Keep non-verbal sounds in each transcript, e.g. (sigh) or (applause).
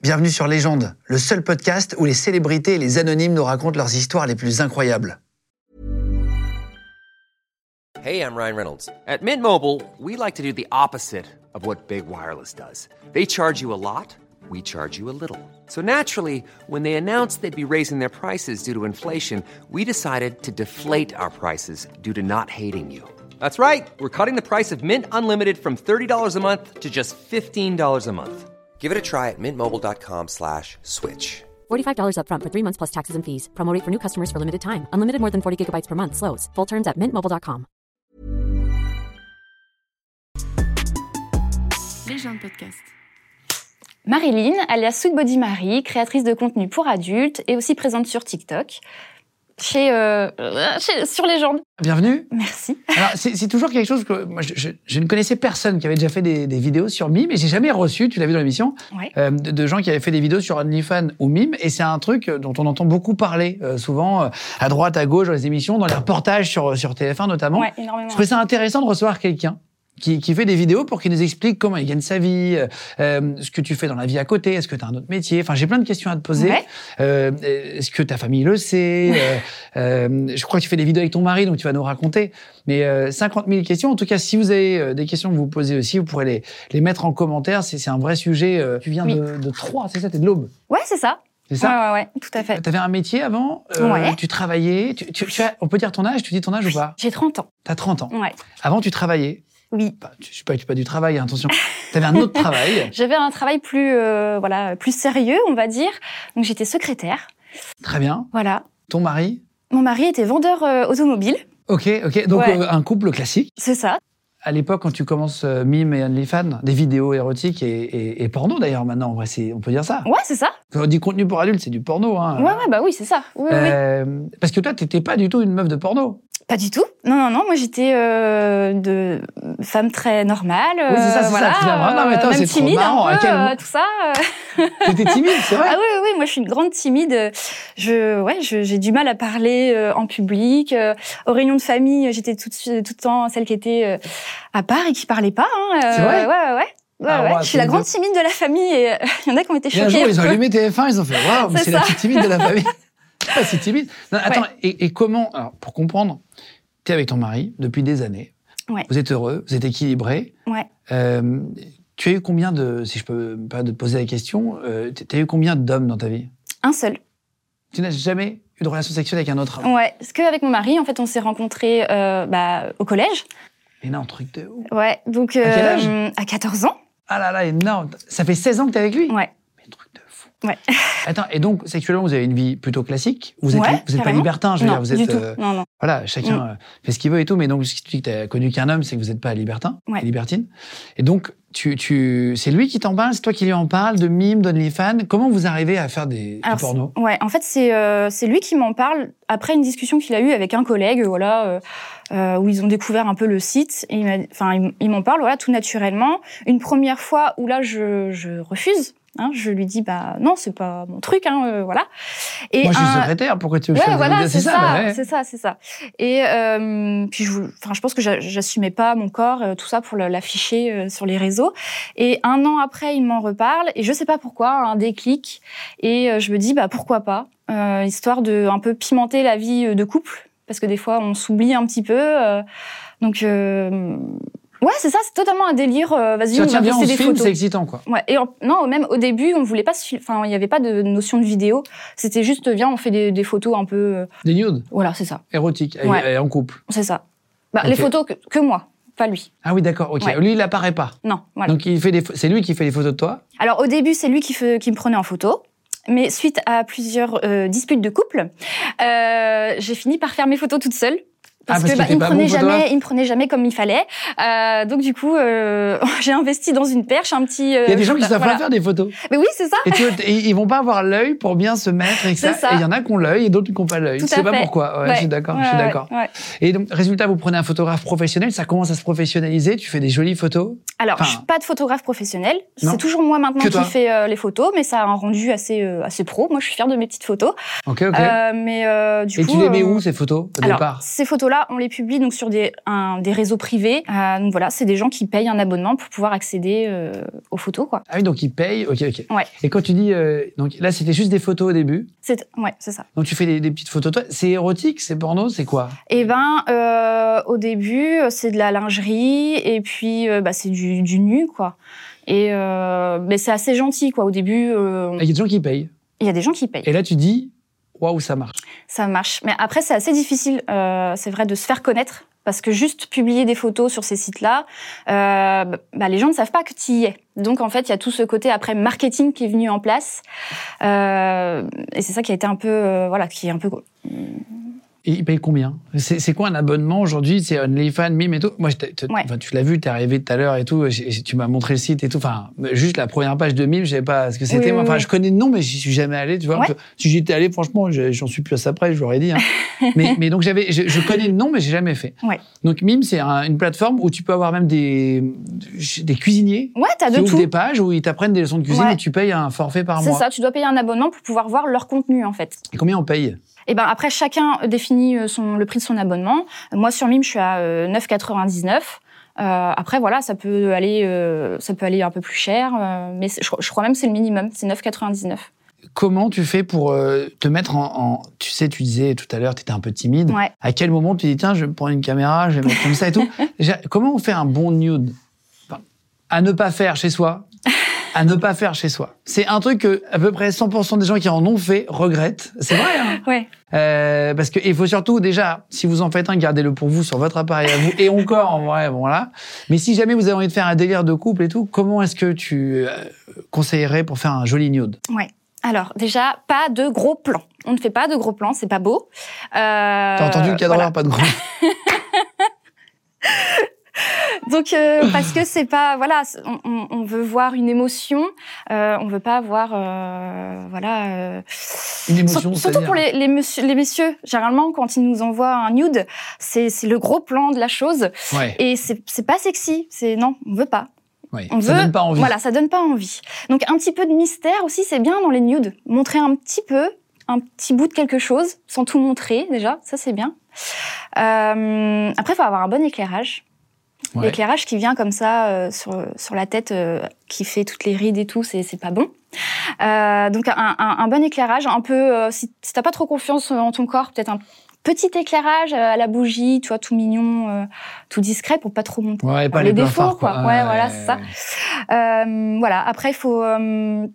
Bienvenue sur Légende, le seul podcast où les célébrités et les anonymes nous racontent leurs histoires les plus incroyables. Hey, I'm Ryan Reynolds. At Mint Mobile, we like to do the opposite of what Big Wireless does. They charge you a lot, we charge you a little. So naturally, when they announced they'd be raising their prices due to inflation, we decided to deflate our prices due to not hating you. That's right. We're cutting the price of Mint Unlimited from $30 a month to just $15 a month. Give it a try at mintmobile.com slash switch. $45 upfront for three months plus taxes and fees. Promo rate for new customers for limited time. Unlimited more than 40 gigabytes per month. Slows. Full terms at mintmobile.com. Les gens de podcast. Marilyn, alias Sweet Body Marie, créatrice de contenu pour adultes et aussi présente sur TikTok, chez, euh, chez- sur Légende. Bienvenue. Merci. Alors, c'est c'est toujours quelque chose que moi, je, je- je ne connaissais personne qui avait déjà fait des, des vidéos sur Mime, et j'ai jamais reçu, tu l'as vu dans l'émission, Ouais. euh, de, de gens qui avaient fait des vidéos sur OnlyFans ou Mime, et c'est un truc euh, dont on entend beaucoup parler, euh, souvent euh, à droite, à gauche, dans les émissions, dans les reportages sur, sur TF1 notamment. Ouais, énormément. Je trouvais ça intéressant de recevoir quelqu'un qui, qui fait des vidéos pour qu'il nous explique comment il gagne sa vie, euh, euh, ce que tu fais dans la vie à côté, est-ce que tu as un autre métier. Enfin, j'ai plein de questions à te poser. Ouais. Euh, est-ce que ta famille le sait Euh, euh, Je crois que tu fais des vidéos avec ton mari, donc tu vas nous raconter. Mais euh, 50 000 questions. En tout cas, si vous avez euh, des questions que vous posez aussi, vous pourrez les, les mettre en commentaire. C'est, c'est un vrai sujet. euh, tu viens Oui. de, de Troyes, c'est ça T'es de l'Aube, Ouais, c'est ça. c'est ça ouais, ouais, ouais, tout à fait. T'avais un métier avant euh, Ouais. Tu travaillais tu, tu- tu as- On peut dire ton âge Tu dis ton âge ou pas J'ai 30 ans. T'as 30 ans. Ouais. Avant, tu travaillais Oui. Bah, tu- Je suis pas, tu pas du travail, hein, attention. T'avais un autre (laughs) travail. J'avais un travail plus, euh, voilà, plus sérieux, on va dire. Donc j'étais secrétaire. Très bien. Voilà. Ton mari Mon mari était vendeur euh, automobile. Ok, ok. Donc, Ouais. euh, un couple classique. C'est ça. À l'époque, quand tu commences euh, Mime et OnlyFans, des vidéos érotiques et, et- et porno d'ailleurs, maintenant, en vrai, c'est- on peut dire ça. Ouais, c'est ça. Quand on dit contenu pour adultes, c'est du porno. Hein. Ouais, ouais, bah oui, c'est ça. Oui, oui, oui. Euh, Parce que toi, t'étais pas du tout une meuf de porno. Pas du tout. Non, non, non. Moi, j'étais euh, de femme très normale. Oui, c'est ça, euh, c'est ça, voilà, finalement. Non, mais toi, euh, même c'est trop timide, marrant, un à peu, quel moment- euh, tout ça. euh. T'étais timide, c'est vrai. Ah oui, oui, oui, moi, je suis une grande timide. Je, ouais, je- j'ai du mal à parler euh, en public. Euh, aux réunions de famille, j'étais tout, de suite- tout le temps celle qui était euh, à part et qui parlait pas. hein. Euh, C'est vrai Ouais, ouais, ouais. Ouais, Ah, ouais. ouais, je suis la c'est grande une- timide de la famille et euh, (laughs) il y en a qui ont été Et choqués. un jour, ils ont un peu. allumé TF1, ils ont fait Waouh, mais C'est c'est la ça. plus timide de la (laughs) famille. pas si timide. Non, attends, et, et comment Alors, pour comprendre, t'es avec ton mari depuis des années. Ouais. Vous êtes heureux, vous êtes équilibré. Ouais. Euh, tu as eu combien de, si je peux me permettre de te poser la question, euh, t- t'as eu combien d'hommes dans ta vie Un seul. Tu n'as jamais eu de relation sexuelle avec un autre homme. Ouais. Parce qu'avec mon mari, en fait, on s'est rencontrés euh, bah, au collège. Énorme truc de ouf. Ouais. Donc, euh, quel âge à 14 ans. Ah là là, énorme. Ça fait 16 ans que t'es avec lui Ouais. Mais truc de fou. Ouais. (laughs) Attends, et donc, sexuellement, vous avez une vie plutôt classique Vous êtes, Ouais, vous êtes pas carrément. libertin, je veux dire, non, vous êtes. du tout. Mm. euh, Non, non. Voilà, chacun euh, fait ce qu'il veut et tout, mais donc ce qui te dit que tu as connu qu'un homme, c'est que vous n'êtes pas libertin, Ouais. libertine. Et donc, tu, tu, c'est lui qui t'en parle, c'est toi qui lui en parle, de mime, d'OnlyFans. Comment vous arrivez à faire des, du Alors, porno c'est- Ouais, en fait, c'est euh, c'est lui qui m'en parle après une discussion qu'il a eue avec un collègue, voilà, euh, euh, où ils ont découvert un peu le site. Et il m'a- enfin, il m- il m'en parle, voilà, tout naturellement. Une première fois où là, je, je refuse. Hein, je lui dis, bah non, c'est pas mon truc, hein, euh, voilà. Et Moi, je suis un- secrétaire, pourquoi tu veux que je Ouais, fasse des voilà, vidéos c'est ça, bah ouais. c'est ça, c'est ça. Et euh, puis, je, voulais- enfin, je pense que j'a- j'assumais pas mon corps, euh, tout ça pour le- l'afficher euh, sur les réseaux. Et un an après, il m'en reparle, et je sais pas pourquoi, un déclic. Et euh, je me dis, bah pourquoi pas, euh, histoire de un peu pimenter la vie euh, de couple, parce que des fois, on s'oublie un petit peu. euh, donc, euh, ouais, c'est ça, c'est totalement un délire. euh, Vas-y, Tiens, on tiens, va viens, on poster se des filme, photos. c'est excitant, quoi. Ouais, et en- non, même au début, on voulait pas se fil- enfin, il n'y avait pas de notion de vidéo. C'était juste, viens, on fait des, des photos un peu. euh, Des nudes Voilà, c'est ça. érotiques, et- Ouais. et en couple. C'est ça. Bah, Ok. Les photos que, que moi, pas lui. Ah oui, d'accord, ok. Ouais. Lui, il apparaît pas. Non, voilà. Donc, il fait des, pho- c'est lui qui fait les photos de toi. Alors, au début, c'est lui qui, fe- qui me prenait en photo. Mais suite à plusieurs euh, disputes de couple, euh, j'ai fini par faire mes photos toute seule. Parce, Ah, parce qu'il que bah, était il me pas prenait bon photographe. jamais, il me prenait jamais comme il fallait. Euh, donc du coup, euh, (laughs) j'ai investi dans une perche, un petit. euh, bah, Il y a des gens qui savent pas faire des (laughs) photos. Mais oui, c'est ça. Et, tu, et ils vont pas avoir l'œil pour bien se mettre. Et que C'est ça. ça. Et il y en a qui ont l'œil et d'autres qui n'ont pas l'œil. Tout Je sais à pas fait. pourquoi. Ouais, Je suis d'accord. je suis Ouais, ouais, d'accord. ouais. Et donc, résultat, vous prenez un photographe professionnel, ça commence à se professionnaliser, tu fais des jolies photos. Alors, Enfin, je suis pas de photographe professionnel. Non. C'est toujours moi maintenant Que qui toi. fais euh, les photos, mais ça a un rendu assez euh, assez pro. Moi, je suis fière de mes petites photos. Ok, ok. Euh, mais euh, du et coup, tu les mets euh, où, ces photos, au alors, départ ces photos-là, vidéos-là, on les publie donc sur des, un- des réseaux privés. Euh, donc voilà, c'est des gens qui payent un abonnement pour pouvoir accéder euh, aux photos, quoi. Ah oui, donc ils payent. Ok, ok. Ouais. Et quand tu dis. euh, donc là, c'était juste des photos au début. C'est ouais, c'est ça. Donc tu fais des, des petites photos. Toi, c'est érotique, c'est porno, c'est quoi Eh ben, euh, au début, euh, c'est de la lingerie et puis euh, bah, c'est du, du nu, quoi. Et euh, mais c'est assez gentil, quoi. Au début, euh, Ah, Il il y a des gens qui payent. y a des gens qui payent. Et là, tu dis. Waouh, ça marche. Ça marche. Mais après, c'est assez difficile, euh, c'est vrai, de se faire connaître. Parce que juste publier des photos sur ces sites-là, euh, bah, les gens ne savent pas que tu y es. Donc en fait, il y a tout ce côté après marketing qui est venu en place, Euh, et c'est ça qui a été un peu, euh, voilà, qui est un peu Et ils payent combien C'est c'est quoi un abonnement aujourd'hui C'est OnlyFans, Mime et tout Moi, je t'ai- te- Ouais. enfin, tu l'as vu, t'es arrivé tout à l'heure et tout. j'ai- Tu m'as montré le site et tout. Enfin, juste la première page de Mime, je savais pas ce que c'était. Oui, oui, enfin, oui. je connais le nom, mais j'y suis jamais allé. Tu vois, Ouais. Parce que si j'y étais allé, franchement, je- j'en suis plus à ça près. Je l'aurais dit. (laughs) hein. mais, mais donc, j'avais, je, je connais le nom, mais j'ai jamais fait. Ouais. Donc, Mime, c'est un- une plateforme où tu peux avoir même des des cuisiniers Ouais, t'as qui Ah, de ouvrent tout. des pages où ils t'apprennent des leçons de cuisine Ouais. et tu payes un forfait par C'est mois. ça, tu dois payer un abonnement pour pouvoir voir leur contenu en fait. Et combien on paye Et ben après, chacun définit euh, son, le prix de son abonnement. Moi sur Mime, je suis à euh, 9,99. Euh, après voilà, ça peut aller, euh, ça peut aller un peu plus cher, euh, mais c'est- je, crois- je crois même que c'est le minimum, c'est 9,99. Comment tu fais pour euh, te mettre en, en- Tu sais, tu disais tout à l'heure, tu étais un peu timide. Ouais. À quel moment tu dis, tiens, je vais me prendre une caméra, je vais me mettre comme ça et (laughs) tout Déjà, Comment on fait un bon nude Enfin, À ne pas faire chez soi. À ne pas faire chez soi. C'est un truc que à peu près 100% des gens qui en ont fait regrettent. C'est vrai, hein Ouais. Euh, parce que il faut surtout déjà, si vous en faites un, gardez-le pour vous sur votre appareil à vous et encore en vrai, bon là. Mais si jamais vous avez envie de faire un délire de couple et tout, comment est-ce que tu euh, conseillerais pour faire un joli nude Alors déjà, pas de gros plans. On ne fait pas de gros plans, c'est pas beau. Euh, T'as entendu le cadreur, voilà. pas de gros. Donc euh, parce que c'est pas voilà, c'est- on- on, on veut voir une émotion, euh, on veut pas voir euh, voilà. euh, Une émotion, sur- surtout c'est-à-dire pour les, les, monsieur- les messieurs, généralement quand ils nous envoient un nude, c'est c'est le gros plan de la chose Ouais. et c'est c'est pas sexy. C'est non, on veut pas. Ouais. On ça veut- donne pas envie. Voilà, ça donne pas envie. Donc un petit peu de mystère aussi, c'est bien dans les nudes. Montrer un petit peu, un petit bout de quelque chose, sans tout montrer déjà, ça c'est bien. Euh, après, il faut avoir un bon éclairage. Ouais. L'éclairage qui vient comme ça euh, sur, sur la tête, euh, qui fait toutes les rides et tout, c'est c'est pas bon. Euh, donc un, un- un bon éclairage, un peu, euh, si, si t'as pas trop confiance en ton corps, peut-être un petit éclairage euh, à la bougie, tu vois, tout mignon, euh, tout discret pour pas trop montrer. Ouais, pas euh, les les, défauts, blafards, quoi. Ouais, voilà, c'est ça. Euh, voilà. Après, il faut, euh,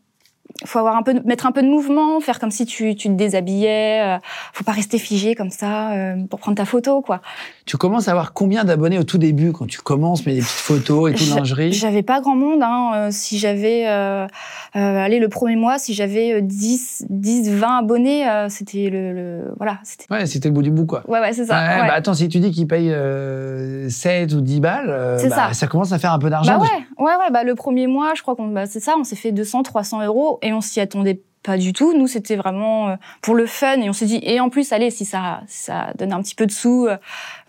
faut avoir un peu, de- mettre un peu de mouvement, faire comme si tu, tu te déshabillais. euh, faut pas rester figé comme ça euh, pour prendre ta photo, quoi. Tu commences à avoir combien d'abonnés au tout début quand tu commences, mais des petites photos et tout, Je- lingerie J'avais pas grand monde. Hein, euh, si j'avais, euh, euh, allez, le premier mois, si j'avais euh, 10, 10, 20 abonnés, euh, c'était le, le- voilà, c'était. Ouais, c'était le bout du bout, quoi. Ouais, ouais, c'est ça. Ouais, ouais. Bah attends, si tu dis qu'ils payent euh, 7 ou 10 balles, euh, C'est bah, ça. commence à faire un peu d'argent. Bah ouais, ouais, ouais, bah le premier mois, je crois qu'on, bah c'est ça, on s'est fait 200, 300 euros et on s'y attendait pas du tout. Nous, c'était vraiment euh, pour le fun et on s'est dit, et en plus, allez, si ça, si ça donne un petit peu de sous, euh,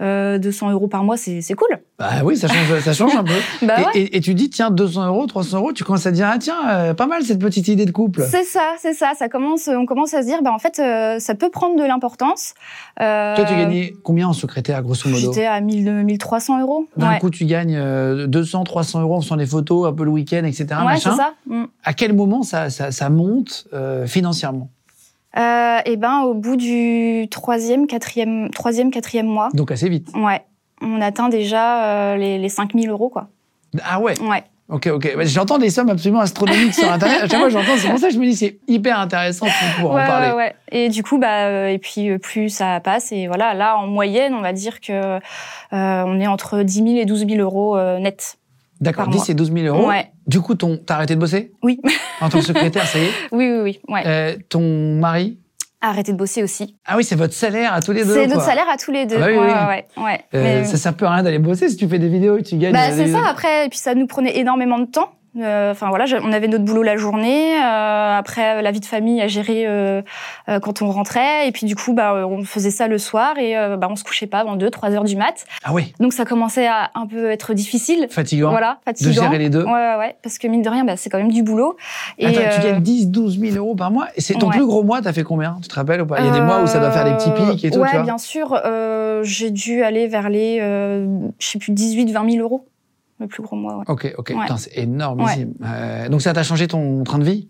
euh, 200 euros par mois, c'est, c'est cool. Bah oui, ça change, ça change un peu. (laughs) Bah et, ouais. et- et tu dis, tiens, 200 euros, 300 euros, tu commences à dire, ah tiens, euh, pas mal cette petite idée de couple. C'est ça, c'est ça. Ça commence, on commence à se dire, bah en fait, euh, ça peut prendre de l'importance. Euh, Toi, tu gagnais combien en secrétaire, grosso modo J'étais à euh, 1000, 1300 euros. D'un ouais, coup, tu gagnes euh, 200, 300 euros en faisant des photos, un peu le week-end, etc. ouais machin. c'est ça. Mm. À quel moment ça, ça, ça monte euh, financièrement Euh, et ben, au bout du troisième, quatrième, troisième, quatrième mois, Donc assez vite. ouais, on atteint déjà euh, les, les 5000 euros, quoi. Ah ouais, Ouais. ok, ok. Bah, J'entends des sommes absolument astronomiques sur Internet. À chaque fois, j'entends, c'est pour ça que je me dis, c'est hyper intéressant pour pouvoir en ouais, parler. ouais, ouais. Et du coup, bah, euh, et puis euh, plus ça passe. Et voilà, là, en moyenne, on va dire que euh, on est entre 10 000 et 12 000 euros euh, net. D'accord, Par 10 mois. et 12 000 euros. Ouais. Du coup, ton- t'as arrêté de bosser Oui. En tant que secrétaire, ça y est. (laughs) Oui, oui, oui. Ouais. Euh, ton mari Arrêtez de bosser aussi. Ah oui, c'est votre salaire à tous les deux. C'est notre quoi. salaire à tous les deux. Ah oui, ouais, oui. ouais, ouais, ouais. Euh, Mais- Ça sert plus à rien d'aller bosser si tu fais des vidéos et tu gagnes. Bah, euh, c'est des- ça. Après, et puis ça nous prenait énormément de temps. Euh, Enfin voilà, je- on avait notre boulot la journée, euh, après la vie de famille à gérer euh, euh, quand on rentrait, et puis du coup bah, euh, on faisait ça le soir et euh, bah, on se couchait pas avant 2-3 heures du mat. Ah oui, Donc ça commençait à un peu être difficile, fatigant voilà, de fatigant. gérer les deux. Ouais, ouais, ouais, parce que mine de rien, bah, c'est quand même du boulot. Et, Attends, tu euh, gagnes 10, 12 000 euros par mois. Et c'est ton Ouais. plus gros mois, t'as fait combien Tu te rappelles ou pas Il y a des mois où ça doit faire des petits Euh, pics et tout, Ouais, tu vois. bien sûr. euh, j'ai dû aller vers les, euh, je sais plus, 18, 20 000 euros, le plus gros mois. Ouais. (laughs) Ok, ok. Ouais. Putain, c'est énormissime. Euh, donc ça t'a changé ton train de vie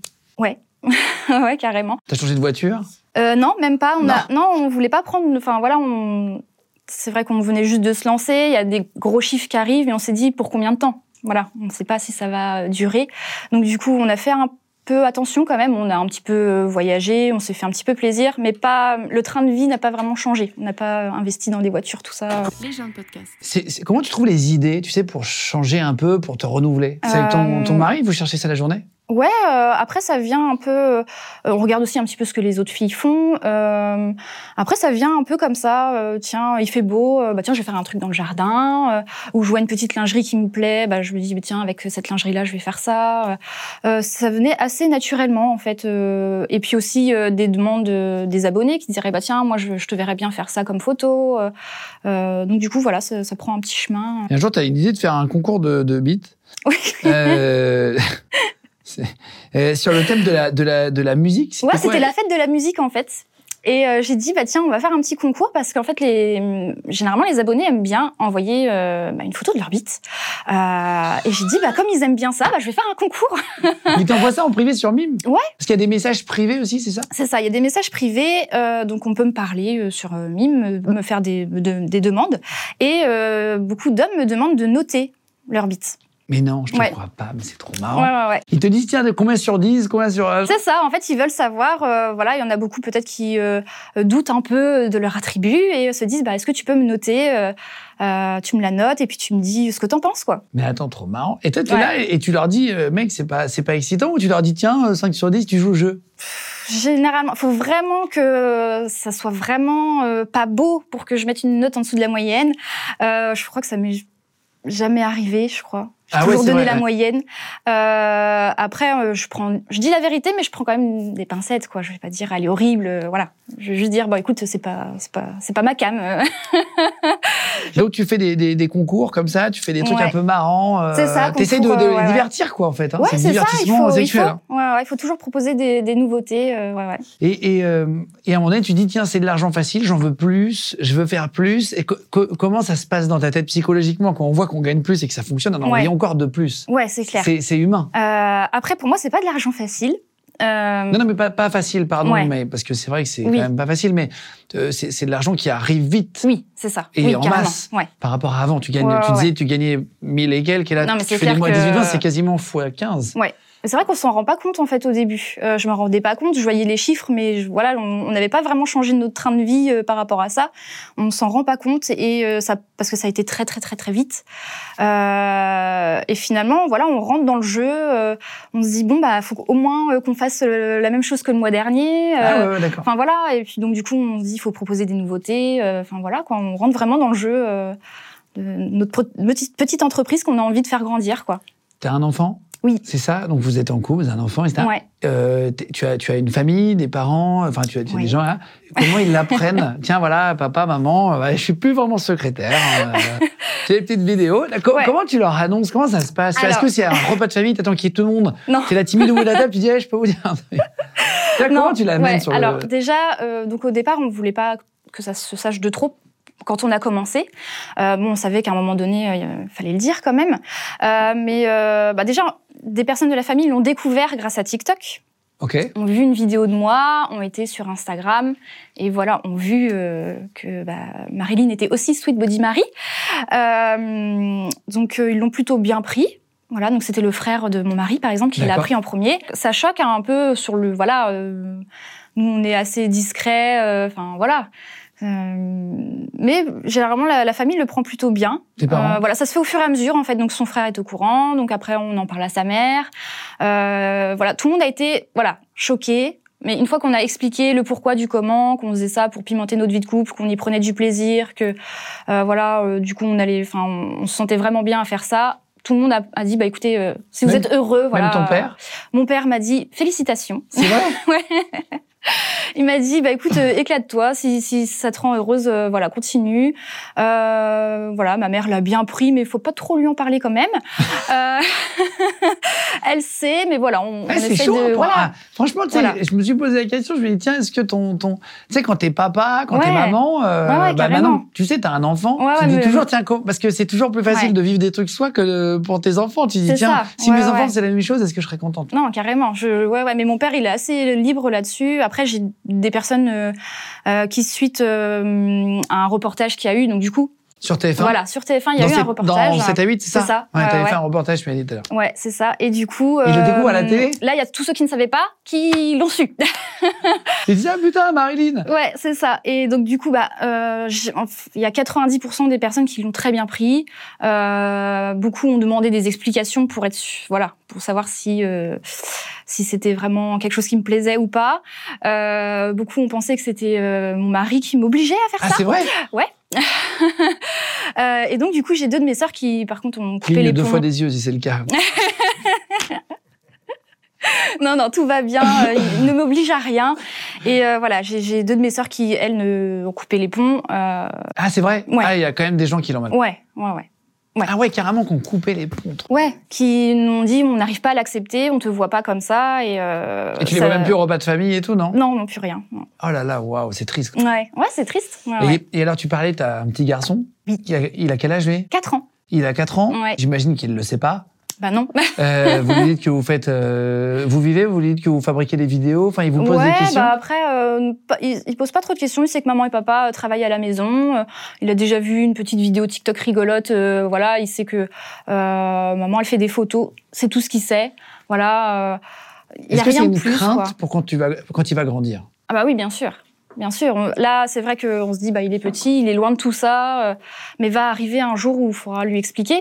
ouais, carrément. T'as changé de voiture Euh, non, même pas. On a, non, on voulait pas prendre. Enfin, voilà, on. C'est vrai qu'on venait juste de se lancer. Il y a des gros chiffres qui arrivent, et on s'est dit pour combien de temps. Voilà, on ne sait pas si ça va euh, durer. Donc du coup, on a fait un peu attention quand même. On a un petit peu euh, voyagé, on s'est fait un petit peu plaisir, mais pas. Le train de vie n'a pas vraiment changé. On n'a pas investi dans des voitures, tout ça. Les gens de podcast. C'est- c'est- Comment tu trouves les idées, tu sais, pour changer un peu, pour te renouveler C'est avec ton, Euh, ton mari Vous cherchez ça la journée Ouais, euh, après ça vient un peu. euh, on regarde aussi un petit peu ce que les autres filles font. euh, après ça vient un peu comme ça. euh, tiens, il fait beau. euh, bah tiens, je vais faire un truc dans le jardin. euh, ou je vois une petite lingerie qui me plaît. Bah je me dis bah, tiens avec cette lingerie là, je vais faire ça. euh. Euh, ça venait assez naturellement en fait. euh, et puis aussi euh, des demandes euh, des abonnés qui diraient bah tiens moi je, je te verrais bien faire ça comme photo. euh, euh, donc du coup voilà ça, ça prend un petit chemin. Et Un jour, t'as une idée de faire un concours de, de beats Oui. Euh, (laughs) c'est- euh, sur le thème de la, de la, de la musique. Ouais, quoi c'était la fête de la musique en fait. Et euh, j'ai dit bah tiens on va faire un petit concours parce qu'en fait les hum, généralement les abonnés aiment bien envoyer euh, bah, une photo de leur bite Euh, et j'ai dit bah comme ils aiment bien ça bah je vais faire un concours (laughs) Il t'envoie ça en privé sur Mime Ouais. Parce qu'il y a des messages privés aussi, c'est ça c'est ça il y a des messages privés euh, donc on peut me parler euh, sur euh, mime me, me faire des, de- des demandes et euh, beaucoup d'hommes me demandent de noter leur bite Mais non, je te Ouais. crois pas, mais c'est trop ouais marrant. ouais ouais Ils te disent, tiens, de combien sur 10, combien sur... C'est ça, en fait, ils veulent savoir, euh, voilà, il y en a beaucoup peut-être qui euh, doutent un peu de leur attribut et se disent, bah, est-ce que tu peux me noter euh, euh, Tu me la notes et puis tu me dis ce que t'en penses, quoi. Mais attends, trop marrant. Et toi, t'es Ouais. là et, et tu leur dis, euh, mec, c'est pas, c'est pas excitant ou tu leur dis, tiens, euh, 5 sur 10, tu joues au jeu Généralement, faut vraiment que ça soit vraiment euh, pas beau pour que je mette une note en dessous de la moyenne. Euh, je crois que ça m'est jamais arrivé, je crois. J'ai Ah ouais, toujours c'est donné vrai, la ouais. moyenne. Euh, après, euh, je prends, je dis la vérité, mais je prends quand même des pincettes, quoi. Je vais pas dire, elle est horrible, euh, voilà. Je vais juste dire, bon, écoute, c'est pas, c'est pas, c'est pas ma cam. euh. Donc, tu fais des, des, des concours comme ça, tu fais des trucs Ouais. un peu marrants. euh, C'est ça, T'essaies de, concours, de euh, les ouais, ouais. divertir, quoi, en fait. hein. Ouais, c'est du c'est ça. Il divertissement faut, il faut, sexuel. hein. ouais, ouais, il faut toujours proposer des, des nouveautés. euh, ouais, ouais. Et, et, euh, et à un moment donné, tu dis, tiens, c'est de l'argent facile, j'en veux plus, je veux faire plus. Et co- co- comment ça se passe dans ta tête psychologiquement quand on voit qu'on gagne plus et que ça fonctionne, on en Ouais. envoie encore de plus Ouais, c'est clair. C'est c'est humain. Euh, après, pour moi, c'est pas de l'argent facile. Euh, Non, non, mais pas, pas facile, pardon, Ouais. mais parce que c'est vrai que c'est Oui. quand même pas facile, mais euh, c'est c'est de l'argent qui arrive vite. oui, c'est ça. Et oui, en carrément. masse. Ouais. Par rapport à avant, tu, gagnes, Ouais, tu ouais, disais tu gagnais 1000 et quelques, et là, Non, mais tu c'est fais des clair mois que- 18-20, c'est quasiment x 15. Mais C'est vrai qu'on s'en rend pas compte en fait au début. Euh, je m'en rendais pas compte. Je voyais les chiffres, mais je- voilà, on on n'avait pas vraiment changé notre train de vie euh, par rapport à ça. On s'en rend pas compte et euh, ça parce que ça a été très très très très vite. Euh, et finalement, voilà, on rentre dans le jeu. euh, on se dit bon bah faut au moins euh, qu'on fasse euh, la même chose que le mois dernier. Ah euh, ouais, ouais, d'accord. Enfin voilà, et puis donc du coup on se dit il faut proposer des nouveautés, euh, enfin voilà quoi, on rentre vraiment dans le jeu euh, de notre pro- petite, petite entreprise qu'on a envie de faire grandir quoi. T'as un enfant Oui. C'est ça Donc vous êtes en couple, vous avez un enfant, etc. Ouais. Euh, t'es- tu, as, tu as une famille, des parents, enfin tu as, tu as Oui. des gens là. Comment ils l'apprennent Tiens, voilà, papa, maman, euh, je suis plus vraiment secrétaire. (laughs) euh, J'ai des petites vidéos. Là, co- Ouais. Comment tu leur annonces Comment ça se passe Alors- Est-ce que c'est un repas de famille T'attends qu'il y ait tout le monde Non. T'es la timide au bout de la table, tu dis, Eh, je peux vous dire un (laughs) truc. Là, Comment tu l'amènes ouais, sur Alors le... déjà, euh, donc au départ on voulait pas que ça se sache de trop. Quand on a commencé, Euh, bon, on savait qu'à un moment donné, euh, il fallait le dire quand même. Euh, mais euh, bah, déjà, des personnes de la famille l'ont découvert grâce à TikTok. Ok. ont vu une vidéo de moi, ont été sur Instagram et voilà, ont vu euh, que bah, Marilyn était aussi Sweet Body Marie. Euh, donc euh, ils l'ont plutôt bien pris. Voilà, donc c'était le frère de mon mari par exemple qui l'a D'accord. pris en premier. Ça choque hein, un peu sur le voilà, euh, nous on est assez discret, euh, enfin voilà. Euh, mais généralement la, la famille le prend plutôt bien. Tes parents Euh, voilà, ça se fait au fur et à mesure en fait. Donc son frère est au courant, donc après on en parle à sa mère. Euh, voilà, tout le monde a été voilà choqué. Mais une fois qu'on a expliqué le pourquoi du comment, qu'on faisait ça pour pimenter notre vie de couple, qu'on y prenait du plaisir, que euh, voilà, euh, du coup on allait, enfin, on, on se sentait vraiment bien à faire ça. tout le monde a, a dit bah écoutez, euh, si vous Même- êtes heureux, voilà. Même ton père. Mon père m'a dit félicitations. C'est vrai Ouais. Il m'a dit bah écoute euh, éclate-toi si, si ça te rend heureuse euh, voilà continue Euh, voilà ma mère l'a bien pris mais faut pas trop lui en parler quand même Euh, (laughs) elle sait mais voilà on, on Ouais, c'est essaie chaud. de hein, pour- voilà. ah, franchement, tu sais, Voilà. je me suis posé la question. Je me suis dit, tiens, est-ce que ton. ton... Tu sais, quand t'es papa, quand t'es Ouais. maman, euh, Ouais, ouais, bah, carrément. maintenant, tu sais, t'as un enfant. Ouais, tu ouais, dis mais- toujours, tiens, com- parce que c'est toujours plus facile Ouais. de vivre des trucs soi que euh, pour tes enfants. Tu dis, C'est tiens, ça. si Ouais, mes ouais, enfants ouais. c'est la même chose, est-ce que je serais contente Non, carrément. Je, ouais, ouais, mais mon père, il est assez libre là-dessus. Après, j'ai des personnes euh, euh, qui, suite euh, à un reportage qu'il y a eu, donc du coup, Sur TF1 voilà, sur TF1, il y a Dans eu ces- un reportage. Dans 7 à 8, c'est ça C'est ça, Ouais, ouais, t'avais ouais. fait un reportage, tu m'as dit tout à l'heure. Ouais, c'est ça. Et du coup. euh, Et je le découvre à la télé Là, il y a tous ceux qui ne savaient pas qui l'ont su. Tu dis, ah putain, Marilyn ouais, c'est ça. Et donc, du coup, bah, euh, j'ai- enf- il y a 90% des personnes qui l'ont très bien pris. Euh, beaucoup ont demandé des explications pour être, su- voilà, pour savoir si. euh, si c'était vraiment quelque chose qui me plaisait ou pas. Euh, beaucoup ont pensé que c'était euh, mon mari qui m'obligeait à faire Ah, ça. c'est vrai (laughs) Euh, et donc, du coup, j'ai deux de mes sœurs qui, par contre, ont coupé Cligne les deux ponts. fois des yeux si c'est le cas. Non, non, tout va (laughs) bien. euh, il ne m'oblige à rien. Et euh, voilà, j'ai- j'ai deux de mes sœurs qui, elles, ne ont coupé les ponts. Euh, Ah, c'est vrai Ouais. Ah, il y a quand même des gens qui l'emmènent. ouais, ouais, ouais. ouais. Ah ouais, carrément qu'on coupait les ponts. trop. Ouais, qui nous ont dit, on n'arrive pas à l'accepter, on te voit pas comme ça. Et, euh, Et tu les ça- vois même plus au repas de famille et tout, non Non, non, plus rien. non. Oh là là, waouh, c'est triste. Ouais, ouais c'est triste. Ouais, Et- Ah ouais. Et, alors, tu parlais, t'as un petit garçon. Il a, il a quel âge, lui Quatre ans. Il a 4 ans. Ouais. J'imagine qu'il ne le sait pas. Bah non. Euh, vous lui dites que vous faites. euh, vous vivez, vous lui dites que vous fabriquez des vidéos. Enfin, il vous pose ouais, des questions. bah après, euh, pas- il, il pose pas trop de questions. Il sait que maman et papa euh, travaillent à la maison. Euh, il a déjà vu une petite vidéo TikTok rigolote. euh, voilà, il sait que euh, maman elle fait des photos. C'est tout ce qu'il sait. Voilà. euh, il y Est-ce a que rien c'est de une plus. crainte quoi. pour quand, tu vas, quand il va grandir Ah bah oui, bien sûr. Bien sûr. On- là, c'est vrai qu'on se dit, bah, il est petit, il est loin de tout ça, euh, mais va arriver un jour où il faudra lui expliquer.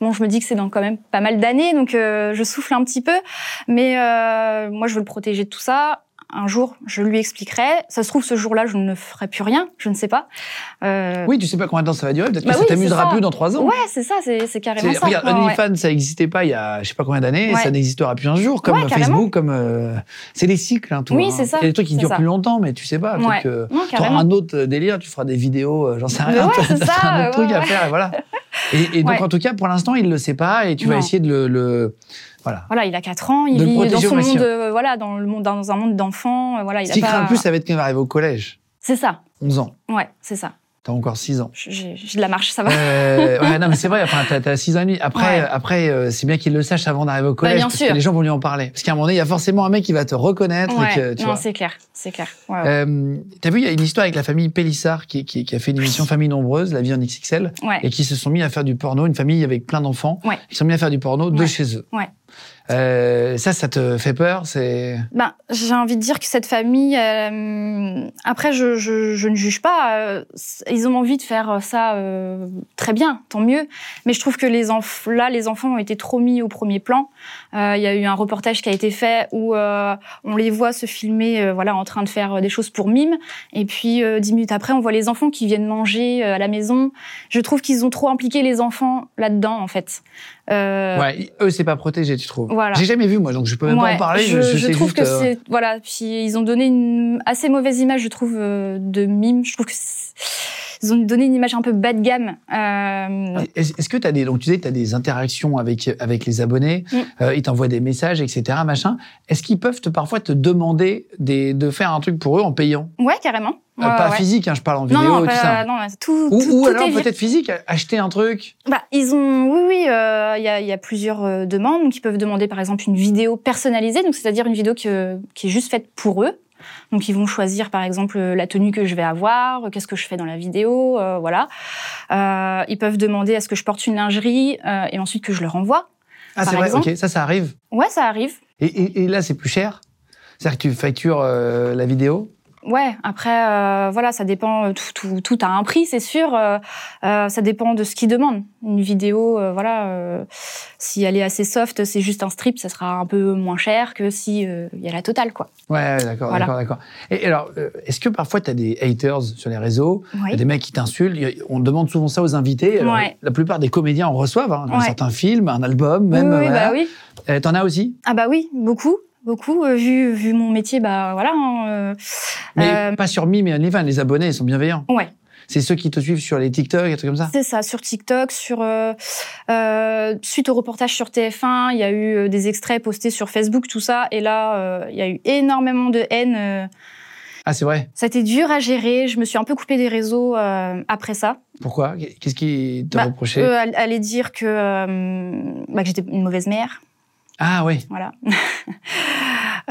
Bon, je me dis que c'est dans quand même pas mal d'années, donc euh, je souffle un petit peu. Mais euh, moi, je veux le protéger de tout ça. Un jour, je lui expliquerai. Ça se trouve, ce jour-là, je ne ferai plus rien. Je ne sais pas. Euh, Oui, tu sais pas combien de temps ça va durer. Peut-être que Bah ça oui, c'est t'amusera ça. plus dans 3 ans. Ouais, c'est ça, c'est c'est carrément C'est- ça. regarde, Ouais, ouais. OnlyFans, ça n'existait pas il y a je sais pas combien d'années, et Ouais. ça n'existera plus un jour, comme Ouais, carrément. Facebook, comme. euh, c'est les cycles, hein, tout. Oui, hein. c'est ça, Il y a des trucs qui c'est durent ça. plus longtemps, mais tu sais pas. peut-être Ouais. que Non, t'auras carrément. un autre délire, tu feras des vidéos, euh, j'en sais Mais rien. ouais, t'as- c'est (laughs) t'as ça, un autre ouais, truc à ouais. faire, et voilà. Et, et donc, Ouais. en tout cas, pour l'instant, il le sait pas, et tu vas Non. essayer de le. le- voilà. Voilà, il a 4 ans, il De le vit dans protéger au son monde, maximum. euh, voilà, dans le monde, dans un monde d'enfants, euh, voilà, il Ce a qui pas- craint le plus, ça va être qu'il va arriver au collège. C'est ça. 11 ans. Ouais, c'est ça. T'as encore 6 ans. Je- J'ai j'ai de la marche, ça va. Euh, (laughs) ouais, non, mais c'est vrai, enfin, t'as- t'as 6 ans et demi. Après, Ouais. Bah, euh, après euh, c'est bien qu'il le sache avant d'arriver au collège. bien parce sûr. que les gens vont lui en parler. Parce qu'à un moment donné, il y a forcément un mec qui va te reconnaître. et que, Ouais. euh, tu Non, vois. c'est clair, c'est clair. Ouais, ouais. Euh, T'as vu, il y a une histoire avec la famille Pélissard qui, qui, qui a fait une émission Famille Nombreuse, La vie en XXL, Ouais. Euh, et qui se sont mis à faire du porno, une famille avec plein d'enfants, Ouais. qui se sont mis à faire du porno de Ouais. chez eux. Ouais. Euh, ça, ça te fait peur C'est Ben, j'ai envie de dire que cette famille, euh, après, je, je, je ne juge pas. euh, c- ils ont envie de faire ça euh, très bien, tant mieux. Mais je trouve que les enf- là, les enfants ont été trop mis au premier plan. Euh, Il y a eu un reportage qui a été fait où euh, on les voit se filmer, euh, voilà, en train de faire euh, des choses pour mime. Et puis euh, dix minutes après, on voit les enfants qui viennent manger euh, à la maison. Je trouve qu'ils ont trop impliqué les enfants là-dedans, en fait. Euh, ouais, ils- eux, c'est pas protégé, tu trouves Voilà. J'ai jamais vu, moi, donc je peux même pas Ouais, en parler. Je, je sais trouve juste, que euh, c'est voilà. Puis ils ont donné une assez mauvaise image, je trouve, euh, de mime. Je trouve que c'est- ils ont donné une image un peu bas de gamme. Euh, Est-ce est-ce que tu as des donc tu disais que t'as des interactions avec avec les abonnés, Mm. euh, ils t'envoient des messages etc machin. Est-ce qu'ils peuvent te, parfois te demander des, de faire un truc pour eux en payant, ouais, carrément. Euh, Ouais, pas ouais. physique, hein, je parle en Non, vidéo non, et tout pas- ça. non, tout, Ou, tout, ou tout alors est vir- peut-être physique, acheter un truc. Bah, ils ont, oui, oui, euh, il y, a, il y a plusieurs euh, demandes qui peuvent demander, par exemple, une vidéo personnalisée, donc c'est-à-dire une vidéo que- qui est juste faite pour eux. Donc ils vont choisir par exemple la tenue que je vais avoir, euh, qu'est-ce que je fais dans la vidéo, euh, voilà. Euh, ils peuvent demander à ce que je porte une lingerie euh, et ensuite que je le renvoie. Ah, c'est Par vrai, exemple. ok, ça, ça arrive. Ouais, ça arrive. Et, et- et là, c'est plus cher. C'est-à-dire que tu factures euh, la vidéo. Ouais, après, euh, voilà, ça dépend, euh, tout, tout, tout a un prix, c'est sûr. euh, euh, ça dépend de ce qu'ils demandent. Une vidéo, euh, voilà, euh, si elle est assez soft, c'est juste un strip, ça sera un peu moins cher que si euh, il y a la totale, quoi. Ouais, ouais, d'accord, Voilà. d'accord, d'accord. Et alors, euh, est-ce que parfois tu as des haters sur les réseaux Il y a des mecs qui t'insultent. Il y a- On demande souvent ça aux invités. Alors, Ouais. La plupart des comédiens en reçoivent. Hein, dans Ouais. certains films, un album, même. oui, oui, voilà. bah oui. Euh, T'en as aussi Ah bah oui, beaucoup, beaucoup. euh, vu, vu mon métier, bah voilà. hein, euh, Mais euh, pas sur Mime et OnlyFans. Les abonnés, ils sont bienveillants. Ouais. C'est ceux qui te suivent sur les TikTok et des trucs comme ça. C'est ça, sur TikTok, sur euh, euh, suite au reportage sur TF1, il y a eu euh, des extraits postés sur Facebook, tout ça, et là, euh, il y a eu énormément de haine. euh. Ah, c'est vrai. Ça a été dur à gérer. Je me suis un peu coupée des réseaux euh, après ça. Pourquoi Qu'est-ce qui te Bah, reprochait Eux all- allaient dire que, euh, bah, que j'étais une mauvaise mère. Ah, oui. Voilà. (laughs)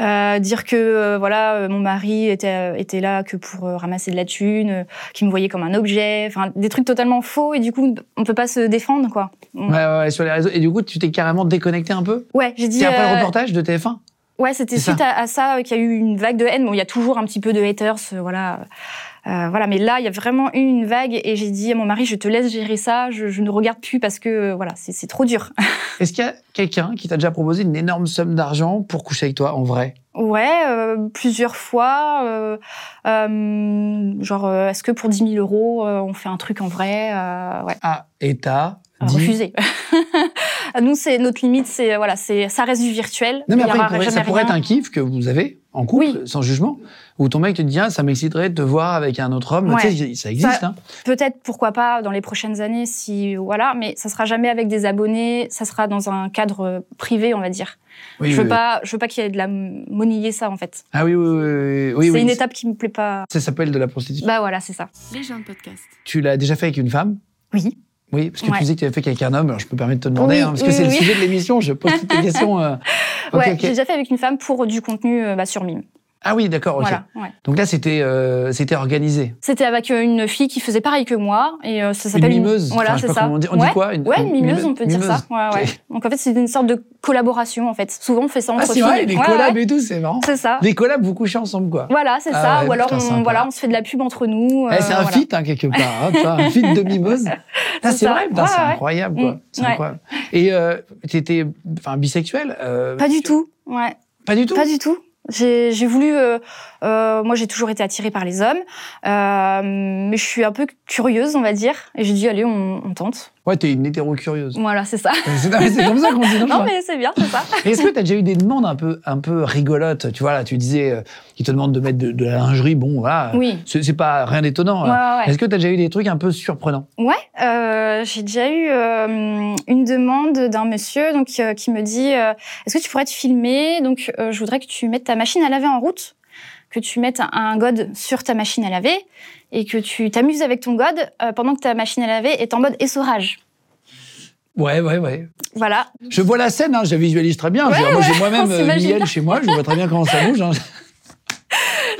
Euh, dire que euh, voilà euh, mon mari était, euh, était là que pour euh, ramasser de la thune, euh, qu'il me voyait comme un objet, enfin des trucs totalement faux et du coup on peut pas se défendre quoi. Ouais, ouais, ouais, sur les réseaux. Et du coup, tu t'es carrément déconnecté un peu Ouais, j'ai dit. C'est après le euh, reportage de TF1 Ouais, c'était C'est suite à, à ça euh, qu'il y a eu une vague de haine. Bon, il y a toujours un petit peu de haters, euh, voilà. Euh, voilà, mais là, il y a vraiment eu une vague et j'ai dit à mon mari, je te laisse gérer ça, je, je ne regarde plus parce que euh, voilà, c'est c'est trop dur. (laughs) Est-ce qu'il y a quelqu'un qui t'a déjà proposé une énorme somme d'argent pour coucher avec toi en vrai Ouais, euh, plusieurs fois. euh, euh, genre, euh, est-ce que pour 10 000 euros, euh, on fait un truc en vrai euh, Ouais, Ah, et t'as dit... refusé. (laughs) Nous, c'est notre limite, c'est voilà, c'est ça reste du virtuel. Non, mais il y après, il aura pourrait- ça jamais pourrait être rien. un kiff que vous avez en couple, Oui. sans jugement, où ton mec te dit, ah, ça m'exciterait de te voir avec un autre homme. Ouais. Tu sais, ça existe, Ça- hein. Peut-être, pourquoi pas, dans les prochaines années, si voilà, mais ça sera jamais avec des abonnés, ça sera dans un cadre euh, privé, on va dire. Oui, je veux oui, pas, je veux pas qu'il y ait de la monnayer ça en fait. oui. Ah oui, oui, oui, oui, oui. c'est oui. une étape qui me plaît pas. Ça s'appelle de la prostitution. Bah voilà, c'est ça. Les gens de podcast. Tu l'as déjà fait avec une femme Bah. Oui. Oui, parce que Ouais. tu disais que tu l'avais fait avec un homme, alors je peux me permettre de te demander, Oui, hein, parce que oui, c'est le oui. sujet de l'émission, je pose (laughs) toutes les questions. euh. Ok, ouais, ok. j'ai déjà fait avec une femme pour du contenu euh, bah, sur mime. Ah oui, d'accord, ok. Voilà. ouais. Donc là, c'était euh, c'était organisé. C'était avec euh, une fille qui faisait pareil que moi et euh, ça Une s'appelle mimeuse Voilà, Enfin, je sais c'est pas ça. comment on dit, on ouais. dit quoi Ouais, une mimeuse, mime- on peut dire mimeuse. ça. Ouais, ouais. Ok. Donc en fait, c'est une sorte de collaboration en fait. Souvent, on fait ça entre Ah, c'est filles. vrai, les Ouais, collabs ouais, et tout, c'est marrant. C'est ça. Les collabs, vous couchez ensemble, quoi. Voilà, c'est Ah ça. ouais, Ou alors, putain, on, sympa. voilà, on se fait de la pub entre nous. Eh, c'est euh, un voilà. feat, hein, quelque part. hein, tu vois, un feat de (laughs) mimeuse. Là, C'est c'est ça. vrai, putain, Ouais, c'est ouais. incroyable, quoi. Mm, C'est ouais. incroyable. Et euh, t'étais enfin, bisexuel euh, Pas du tout. Ouais. Pas du tout Pas du tout. J'ai j'ai voulu. euh, euh, moi, j'ai toujours été attirée par les hommes, euh, mais je suis un peu curieuse, on va dire. Et j'ai dit, allez, on, on tente. Ouais, t'es une (laughs) hétéro-curieuse. Voilà, c'est ça. C'est non, mais c'est comme ça qu'on dit. non, je Non, vois. mais c'est bien, c'est ça. Et Est-ce que t'as déjà eu des demandes un peu, un peu rigolotes Tu vois, là, tu disais euh, qu'ils te demandent de mettre de, de la lingerie. Bon, voilà. Oui. C'est c'est pas rien d'étonnant. Ouais, là. ouais, ouais. Est-ce que t'as déjà eu des trucs un peu surprenants Ouais, euh, j'ai déjà eu euh, une demande d'un monsieur donc euh, qui me dit euh, est-ce que tu pourrais te filmer Donc, euh, je voudrais que tu mettes ta machine à laver en route, que tu mettes un, un god sur ta machine à laver et que tu t'amuses avec ton god euh, pendant que ta machine à laver est en mode essorage. Ouais, ouais, ouais. (laughs) Voilà, Je vois la scène, hein, je la visualise très bien. Je veux dire, moi, j'ai (laughs) on moi-même euh, s'imagine. Mylène chez moi, je vois très bien comment ça (laughs) bouge. hein.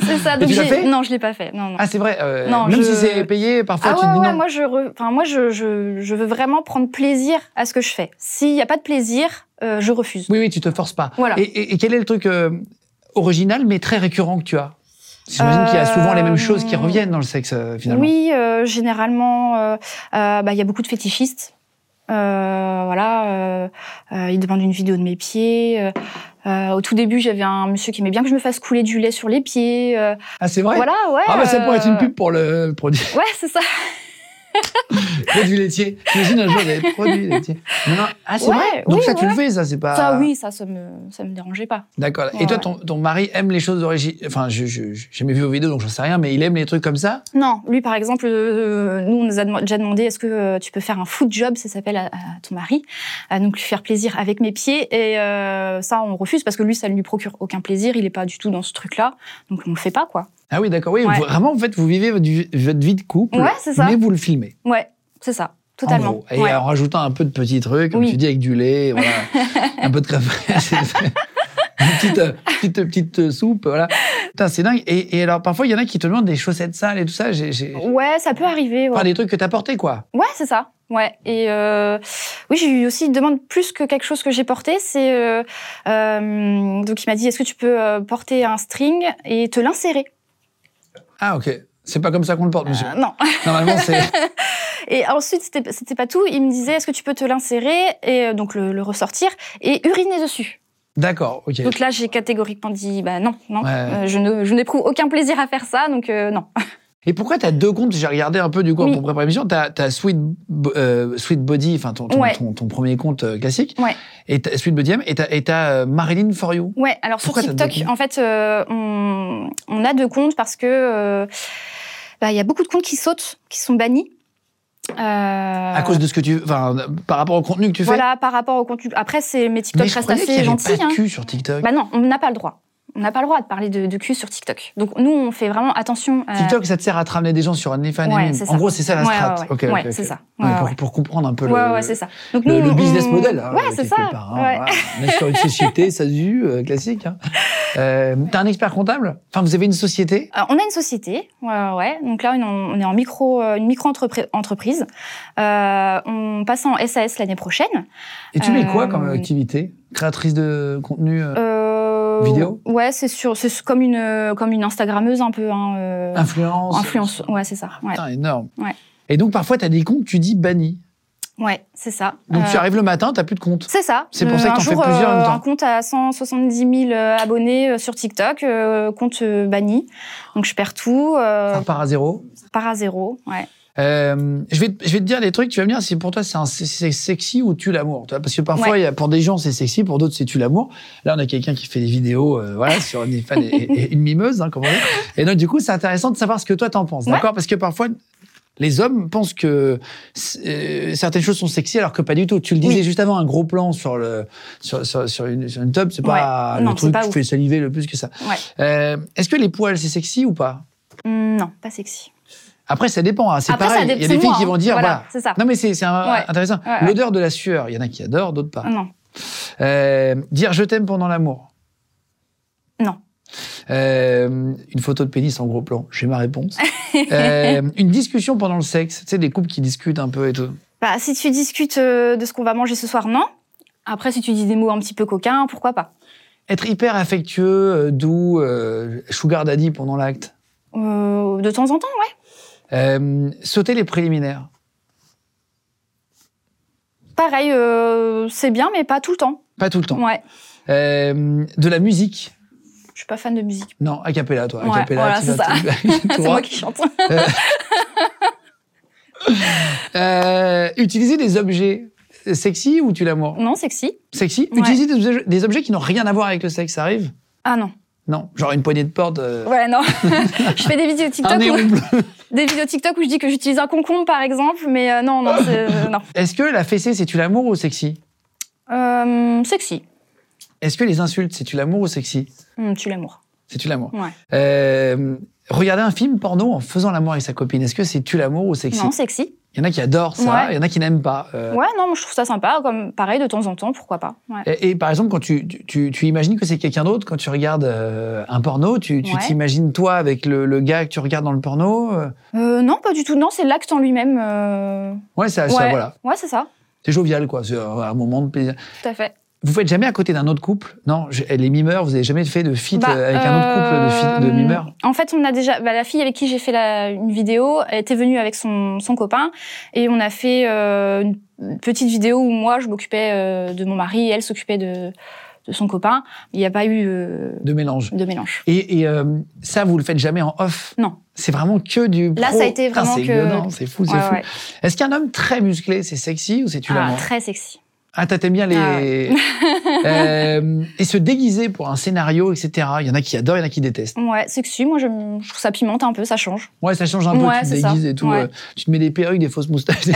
c'est ça. Et donc tu l'as j'ai- fait Non, je l'ai pas fait. Non, non. Ah, c'est vrai. euh, Non, même je- si c'est payé, parfois Ah tu te dis ouais, ouais, non. moi, je, re- enfin, moi je, je, je veux vraiment prendre plaisir à ce que je fais. S'il n'y a pas de plaisir, euh, je refuse. Oui, oui, tu te forces pas. Voilà. Et, et- et quel est le truc euh, original mais très récurrent que tu as J'imagine qu'il y a souvent les mêmes choses qui Euh, reviennent dans le sexe, euh, finalement. Oui, euh, généralement, euh, euh, bah, il y a beaucoup de fétichistes. Euh, voilà, euh, euh, ils demandent une vidéo de mes pieds. euh, euh, au tout début, j'avais un monsieur qui aimait bien que je me fasse couler du lait sur les pieds. euh, Ah, c'est vrai Voilà, ouais. Ah, bah, ça pourrait être une euh, pub pour le produit, (laughs) Ouais, c'est ça. produit laitier. J'imagine un jour des produits laitiers. Non, non, Ah, c'est Ouais, vrai Donc, oui, ça, tu ouais. le fais, ça, c'est pas. Ça, oui, ça, ça me, ça me dérangeait pas. D'accord. et Ouais, toi, ouais. ton, ton mari aime les choses d'origine. Enfin, je, je, je- j'ai jamais vu vos vidéos, donc j'en sais rien, mais il aime les trucs comme ça Non, lui par exemple, euh, nous on nous a dem- déjà demandé est-ce que euh, tu peux faire un foot job, ça s'appelle à, à ton mari, à donc lui faire plaisir avec mes pieds et euh, ça on refuse parce que lui ça ne lui procure aucun plaisir, il est pas du tout dans ce truc-là, donc on le fait pas quoi. Ah oui, d'accord. Oui, Ouais. vous- vraiment, en fait, vous vivez votre, vie- votre vie de couple, Ouais, c'est ça. mais vous le filmez. Ouais, c'est ça, En totalement. gros. Et Ouais. en rajoutant un peu de petits trucs, comme (laughs) Oui. tu dis, avec du lait, voilà, un peu de crème fraîche. petite, euh, petite, petite euh, soupe, voilà. Putain, c'est dingue. Et, et alors, parfois, il y en a qui te demandent des chaussettes sales et tout ça. J'ai, j'ai... Ouais, ça peut arriver. Ouais, Enfin, des trucs que t'as portés, quoi. Ouais, c'est ça. Ouais. Et euh, oui, j'ai eu aussi une demande plus que quelque chose que j'ai porté. C'est euh, euh, donc il m'a dit est-ce que tu peux euh, porter un string et te l'insérer Ah, ok. C'est pas comme ça qu'on le porte, monsieur. Euh, Non. (laughs) Normalement, c'est. Et ensuite, c'était c'était pas tout. Il me disait est-ce que tu peux te l'insérer et euh, donc le, le ressortir et uriner dessus. D'accord, ok. Donc là, j'ai catégoriquement dit bah non, non, Ouais. euh, je ne, je n'éprouve aucun plaisir à faire ça, donc euh, non. Et pourquoi t'as deux comptes J'ai regardé un peu du coup Oui. pour préparer l'émission. T'as as Sweet, Bo- euh, Sweet Body, enfin ton, ton, Ouais. ton, ton premier compte euh, classique, Ouais. et t'as Sweet Body M, et t'as- et t'as euh, Marilyn For You. Ouais, alors sur Pourquoi t'as deux TikTok, comptes en fait, euh, on, on a deux comptes parce que euh, bah, il y a beaucoup de comptes qui sautent, qui sont bannis. Euh, À cause de ce que tu, enfin, euh, par rapport au contenu que tu fais. Voilà, par rapport au contenu. Après, c'est mes TikTok Mais je restent croyais qu'il y assez avait gentils. pas hein. de cul sur TikTok. Bah non, on n'a pas le droit. On n'a pas le droit de parler de, de cul sur TikTok. Donc nous, on fait vraiment attention. à- TikTok, ça te sert à te ramener des gens sur OnlyFans. euh. Ouais, et c'est nous. ça. en gros, c'est ça la Ouais, strat. ouais, ouais. Ok, ok, Ouais, ok. c'est ça. Ouais, Ouais, pour, ouais. pour comprendre un peu Ouais, le, ouais, c'est ça. Donc le, nous, le on- business model. hein, Ouais, c'est quelque ça. part, hein, Ouais. voilà. On est sur une société, SASU, euh, classique. Hein. Euh, T'as un expert comptable Enfin, vous avez une société Alors, Euh, on a une société, ouais, ouais. Donc là, on- on est en micro, euh, une micro-entreprise. Euh, on passe en SAS l'année prochaine. Et tu mets quoi comme Euh, activité Créatrice de contenu euh, Euh, Vidéo Ouais, c'est sur, c'est comme une, comme une Instagrammeuse un peu. Hein, euh, Influence influence. Ouais, c'est ça. Ouais, Putain, énorme. Ouais. Et donc, parfois, t'as des comptes, tu dis banni. ouais c'est ça. Donc, Euh, tu arrives le matin, t'as plus de compte. C'est ça. C'est pour ça que un t'en fais jour, plusieurs en euh, même temps. Un compte à 170 000 euh, abonnés euh, sur TikTok, euh, compte euh, banni. Donc je perds tout, euh, Ça repart à zéro. part à zéro. Ouais. Euh, je, vais, te- je vais te dire des trucs, tu vas me dire si pour toi c'est un- c'est- c'est sexy ou tu l'amour. tu vois. Parce que parfois, Ouais. il y a- pour des gens c'est sexy, pour d'autres c'est tu l'amour. Là, on a quelqu'un qui fait des vidéos euh, voilà, sur OnlyFans et, et- et une mimeuse, hein, comme on dit. Et donc, du coup, c'est intéressant de savoir ce que toi t'en penses, Ouais. d'accord Parce que parfois, les hommes pensent que c'est- euh, certaines choses sont sexy alors que pas du tout. Tu le disais juste avant, un gros plan sur, le, sur, sur, sur une, sur une tub, c'est pas Ouais. le Non, c'est truc pas qui ouf. fait saliver le plus que ça. Ouais. Euh, Est-ce que les poils, c'est sexy ou pas Hum, Non, pas sexy. après, ça dépend. hein, C'est Après, pareil. ça Il y a dépend, des filles qui hein. vont dire, Voilà, voilà. c'est ça. Non, mais c'est c'est un- Ouais. intéressant. Ouais, Mm. ouais. L'odeur de la sueur, il y en a qui adorent, d'autres pas. Ah, Non, Euh, dire je t'aime pendant l'amour. non. Euh, une photo de pénis en gros plan. J'ai ma réponse. (laughs) Euh, une discussion pendant le sexe. Tu sais, des couples qui discutent un peu et tout. Bah, si tu discutes euh, de ce qu'on va manger ce soir, non. Après, si tu dis des mots un petit peu coquins, pourquoi pas Être hyper affectueux, euh, doux, euh, sugar daddy pendant l'acte. Euh, De temps en temps, ouais. Euh, sauter les préliminaires. Pareil, euh, c'est bien, mais pas tout le temps. Pas tout le temps. Ouais. Euh, de la musique. Je suis pas fan de musique. Non, a cappella, toi. A Ouais, cappella, voilà, tu c'est vas ça. te- (laughs) c'est Toi. (laughs) moi qui chante. Euh, utiliser des objets sexy ou tu l'amour non, sexy. Sexy Ouais. Utiliser des objets, des objets qui n'ont rien à voir avec le sexe, ça arrive Ah non. Non, genre une poignée de porte, euh, Ouais, non. (laughs) je fais des vidéos un TikTok. où- néon bleu. des vidéos TikTok où je dis que j'utilise un concombre par exemple, mais euh, non, non, c'est euh, non. Est-ce que la fessée, c'est tu l'amour ou sexy Euh, sexy. Est-ce que les insultes, c'est tu l'amour ou sexy Hum, tu l'amour. C'est tu l'amour. Ouais. Euh, regarder un film porno en faisant l'amour avec sa copine, est-ce que c'est tu l'amour ou sexy Non, sexy. Il y en a qui adorent ça, il Ouais. y en a qui n'aiment pas. euh, Ouais, non, moi, je trouve ça sympa. Comme pareil, de temps en temps, pourquoi pas. Ouais. Et, et par exemple, quand tu, tu- tu- tu imagines que c'est quelqu'un d'autre, quand tu regardes euh, un porno, tu tu Ouais. t'imagines toi avec le, le gars que tu regardes dans le porno euh, Euh, non, pas du tout. Non, c'est l'acte en lui-même. euh, Ouais, ça, Ah, ça, Ouais, voilà. ouais c'est ça. C'est jovial, quoi. C'est euh, un un moment de plaisir. Tout à fait. Vous faites jamais à côté d'un autre couple Non, je- les mimeurs, vous avez jamais fait de feat Bah, euh, avec un autre couple de, feat- de euh, mimeurs En fait, on a déjà bah, la fille avec qui j'ai fait la, une vidéo, elle était venue avec son, son copain et on a fait euh, une- une petite vidéo où moi je m'occupais euh, de mon mari, et elle s'occupait de, de son copain. Il n'y a pas eu euh, de mélange. de mélange. Et, et, euh, ça, vous le faites jamais en off Non. C'est vraiment que du. Là, pro. ça a été Putain, vraiment c'est que- violent, c'est fou, c'est Ouais, fou. ouais. Est-ce qu'un homme très musclé, c'est sexy ou c'est tu Ah, l'amour très sexy. Ah, t'as- t'aimes bien les. Ah (laughs) Euh, et se déguiser pour un scénario, etc. Il y en a qui adorent, il y en a qui détestent. Ouais, sexy, moi j'aime- je trouve ça pimente un peu, ça change. Ouais, ça change un peu, Ouais, tu te c'est ça. déguises et tout. Ouais. (laughs) (laughs) euh, tu te mets des perruques, des fausses moustaches. des-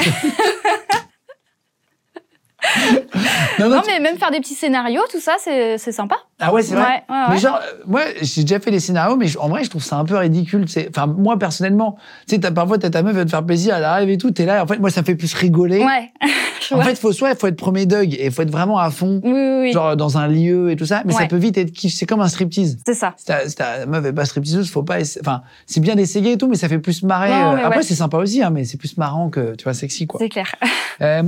Non, non, Non, tu- mais même faire des petits scénarios, tout ça, c'est c'est sympa. Ah ouais, c'est vrai. Ouais, ouais, Mais ouais. genre, euh, moi, j'ai déjà fait des scénarios, mais je- en vrai, je trouve ça un peu ridicule. tu sais. Enfin, moi, personnellement, tu sais, t'as- parfois, t'as ta meuf, elle va te faire plaisir, elle arrive et tout, t'es là, et en fait, moi, ça me fait plus rigoler. (laughs) Ouais. Je en vois. fait, faut soit, faut être premier Doug et faut être vraiment à fond, Oui, oui, oui. genre dans un lieu et tout ça, mais ça Ouais. peut vite être kiff. C'est comme un striptease. C'est ça. Si ta, si ta meuf est pas stripteaseuse, faut pas. essa- Enfin, c'est bien d'essayer et tout, mais ça fait plus marrer. Non, euh, mais Après, ouais. c'est sympa aussi, hein, mais c'est plus marrant que, tu vois, sexy, quoi. C'est clair. Euh,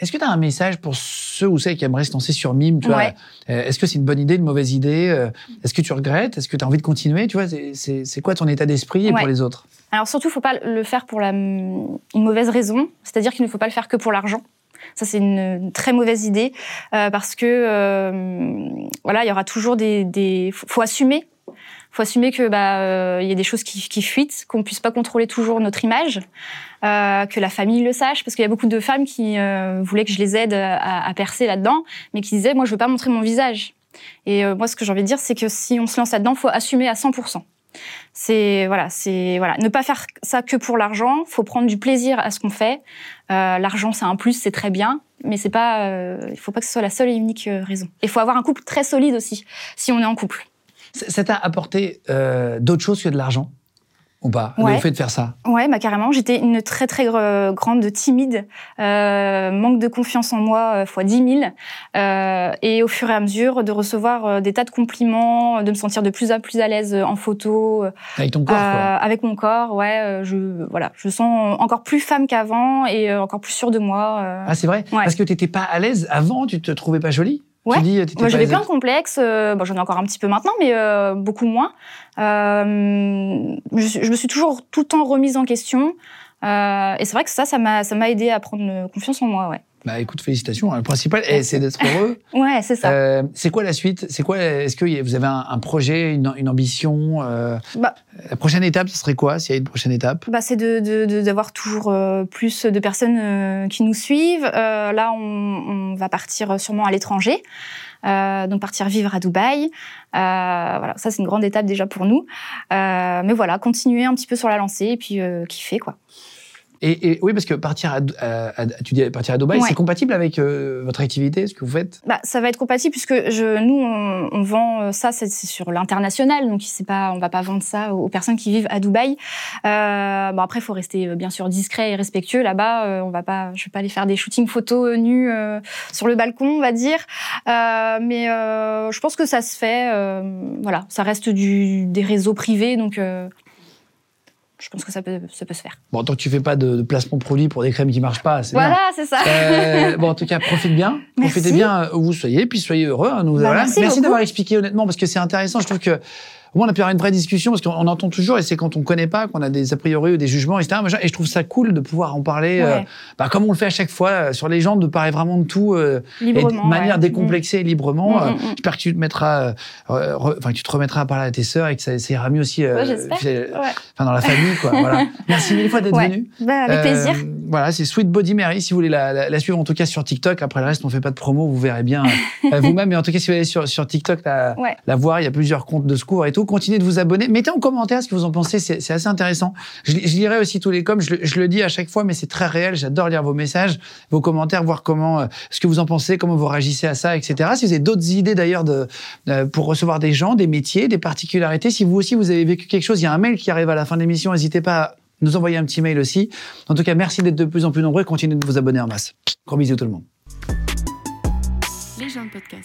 est-ce que tu as un message pour ceux ou celles qui aimeraient se lancer sur mime tu vois Ouais. Euh, Est-ce que c'est une bonne idée, une mauvaise idée Euh, Est-ce que tu regrettes Est-ce que tu as envie de continuer Tu vois, c'est- c'est c'est quoi ton état d'esprit et Ouais. pour les autres Alors surtout, faut pas le faire pour la, une mauvaise raison, c'est-à-dire qu'il ne faut pas le faire que pour l'argent. Ça, c'est une, une très mauvaise idée euh, parce que euh, voilà, il y aura toujours des, des faut, faut assumer. Faut assumer que bah euh, il y a des choses qui, qui fuitent, qu'on puisse pas contrôler toujours notre image, euh, que la famille le sache, parce qu'il y a beaucoup de femmes qui euh, voulaient que je les aide à, à percer là-dedans, mais qui disaient moi je veux pas montrer mon visage. Et euh, moi ce que j'ai envie de dire c'est que si on se lance là-dedans, faut assumer à 100%. C'est voilà, c'est voilà, ne pas faire ça que pour l'argent. Faut prendre du plaisir à ce qu'on fait. Euh, l'argent, c'est un plus, c'est très bien, mais c'est pas, euh, il faut pas que ce soit la seule et unique euh, raison. Il faut avoir un couple très solide aussi, si on est en couple. Ça ça t'a apporté euh, d'autres choses que de l'argent ou pas Ouais. Le fait de faire ça Ouais, bah carrément. J'étais une très très gre- grande timide, euh, manque de confiance en moi euh, fois 10 000. Euh, et au fur et à mesure de recevoir euh, des tas de compliments, de me sentir de plus en plus à l'aise euh, en photo, euh, avec ton corps quoi. Euh, avec mon corps, ouais, euh, je voilà, je sens encore plus femme qu'avant et euh, encore plus sûre de moi. euh. Ah, c'est vrai ouais. Parce que t'étais pas à l'aise avant, tu te trouvais pas jolie Ouais. Tu dis, euh, t'étais Moi, pas à j'avais l'aise. plein de complexes. euh, bon, j'en ai encore un petit peu maintenant, mais euh, beaucoup moins. Euh, je, suis- je me suis toujours tout le temps remise en question. euh, et c'est vrai que ça, ça m'a, ça m'a aidé à prendre confiance en moi, ouais. Bah écoute, félicitations. hein. Le principal, eh, c'est d'être heureux. Ouais, (laughs) c'est ça. Euh, c'est quoi la suite C'est quoi Est-ce que y a- vous avez un, un projet, une, une ambition euh, Bah. La prochaine étape, ce serait quoi S'il y a une prochaine étape Bah, c'est de, de, de- d'avoir toujours euh, plus de personnes euh, qui nous suivent. Euh, là, on, on va partir sûrement à l'étranger, euh, donc partir vivre à Dubaï. Euh, voilà, ça c'est une grande étape déjà pour nous. Euh, mais voilà, continuer un petit peu sur la lancée et puis euh, kiffer quoi. et, et- oui, parce que partir à, à- à- tu dis partir à Dubaï, Ouais. c'est compatible avec euh, votre activité, ce que vous faites Bah, ça va être compatible puisque je, nous, on, on vend euh, ça, c'est c'est sur l'international, donc c'est pas, on va pas vendre ça aux, aux personnes qui vivent à Dubaï. Euh, bon après, il faut rester euh, bien sûr discret et respectueux là-bas. euh, on va pas, je vais pas aller faire des shootings photos euh, nus euh, sur le balcon, on va dire. Euh, mais euh, je pense que ça se fait. euh, voilà, ça reste du, des réseaux privés, donc euh, je pense que ça peut, ça peut se faire. Bon, tant que tu fais pas de, de placement produit pour des crèmes qui marchent pas, c'est Voilà, c'est ça. bien. Euh, bon, en tout cas, profitez bien, Merci. profitez bien euh, où vous soyez, puis soyez heureux. hein, nous- Bah, voilà. merci beaucoup. d'avoir expliqué honnêtement, parce que c'est intéressant. Je trouve que au moins, on a pu avoir une vraie discussion, parce qu'on on entend toujours, et c'est quand on connaît pas qu'on a des a priori ou des jugements, etc. machin, Et je trouve ça cool de pouvoir en parler, euh, Ouais. bah, comme on le fait à chaque fois euh, sur les gens, de parler vraiment de tout. euh, et Librement. de manière ouais. décomplexée et librement. Mm, Euh, mm, mm. J'espère que tu te mettras, euh, re- re- enfin que tu te remettras à parler à tes sœurs et que ça, ça ira mieux aussi, euh, Ouais, j'espère. chez- Ouais. enfin dans la famille quoi. (laughs) voilà. Merci mille fois d'être Ouais. venu. Bah, avec plaisir. Euh, Voilà, c'est Sweet Body Mary. Si vous voulez la, la- la suivre en tout cas sur TikTok. Après le reste, on fait pas de promo, vous verrez bien euh, (laughs) vous-même. Mais en tout cas, si vous allez sur, sur TikTok la, Ouais. la voir, il y a plusieurs comptes de secours et tout. Continuez de vous abonner. Mettez en commentaire ce que vous en pensez. C'est c'est assez intéressant. Je, li- je lirai aussi tous les coms. Je, le- je le dis à chaque fois, mais c'est très réel. J'adore lire vos messages, vos commentaires, voir comment euh, ce que vous en pensez, comment vous réagissez à ça, etc. Si vous avez d'autres idées d'ailleurs de euh, pour recevoir des gens, des métiers, des particularités. Si vous aussi vous avez vécu quelque chose, il y a un mail qui arrive à la fin de l'émission. N'hésitez pas à nous envoyer un petit mail aussi. En tout cas, merci d'être de plus en plus nombreux. Continuez de vous abonner en masse. Gros bisous tout le monde. Les gens de podcast.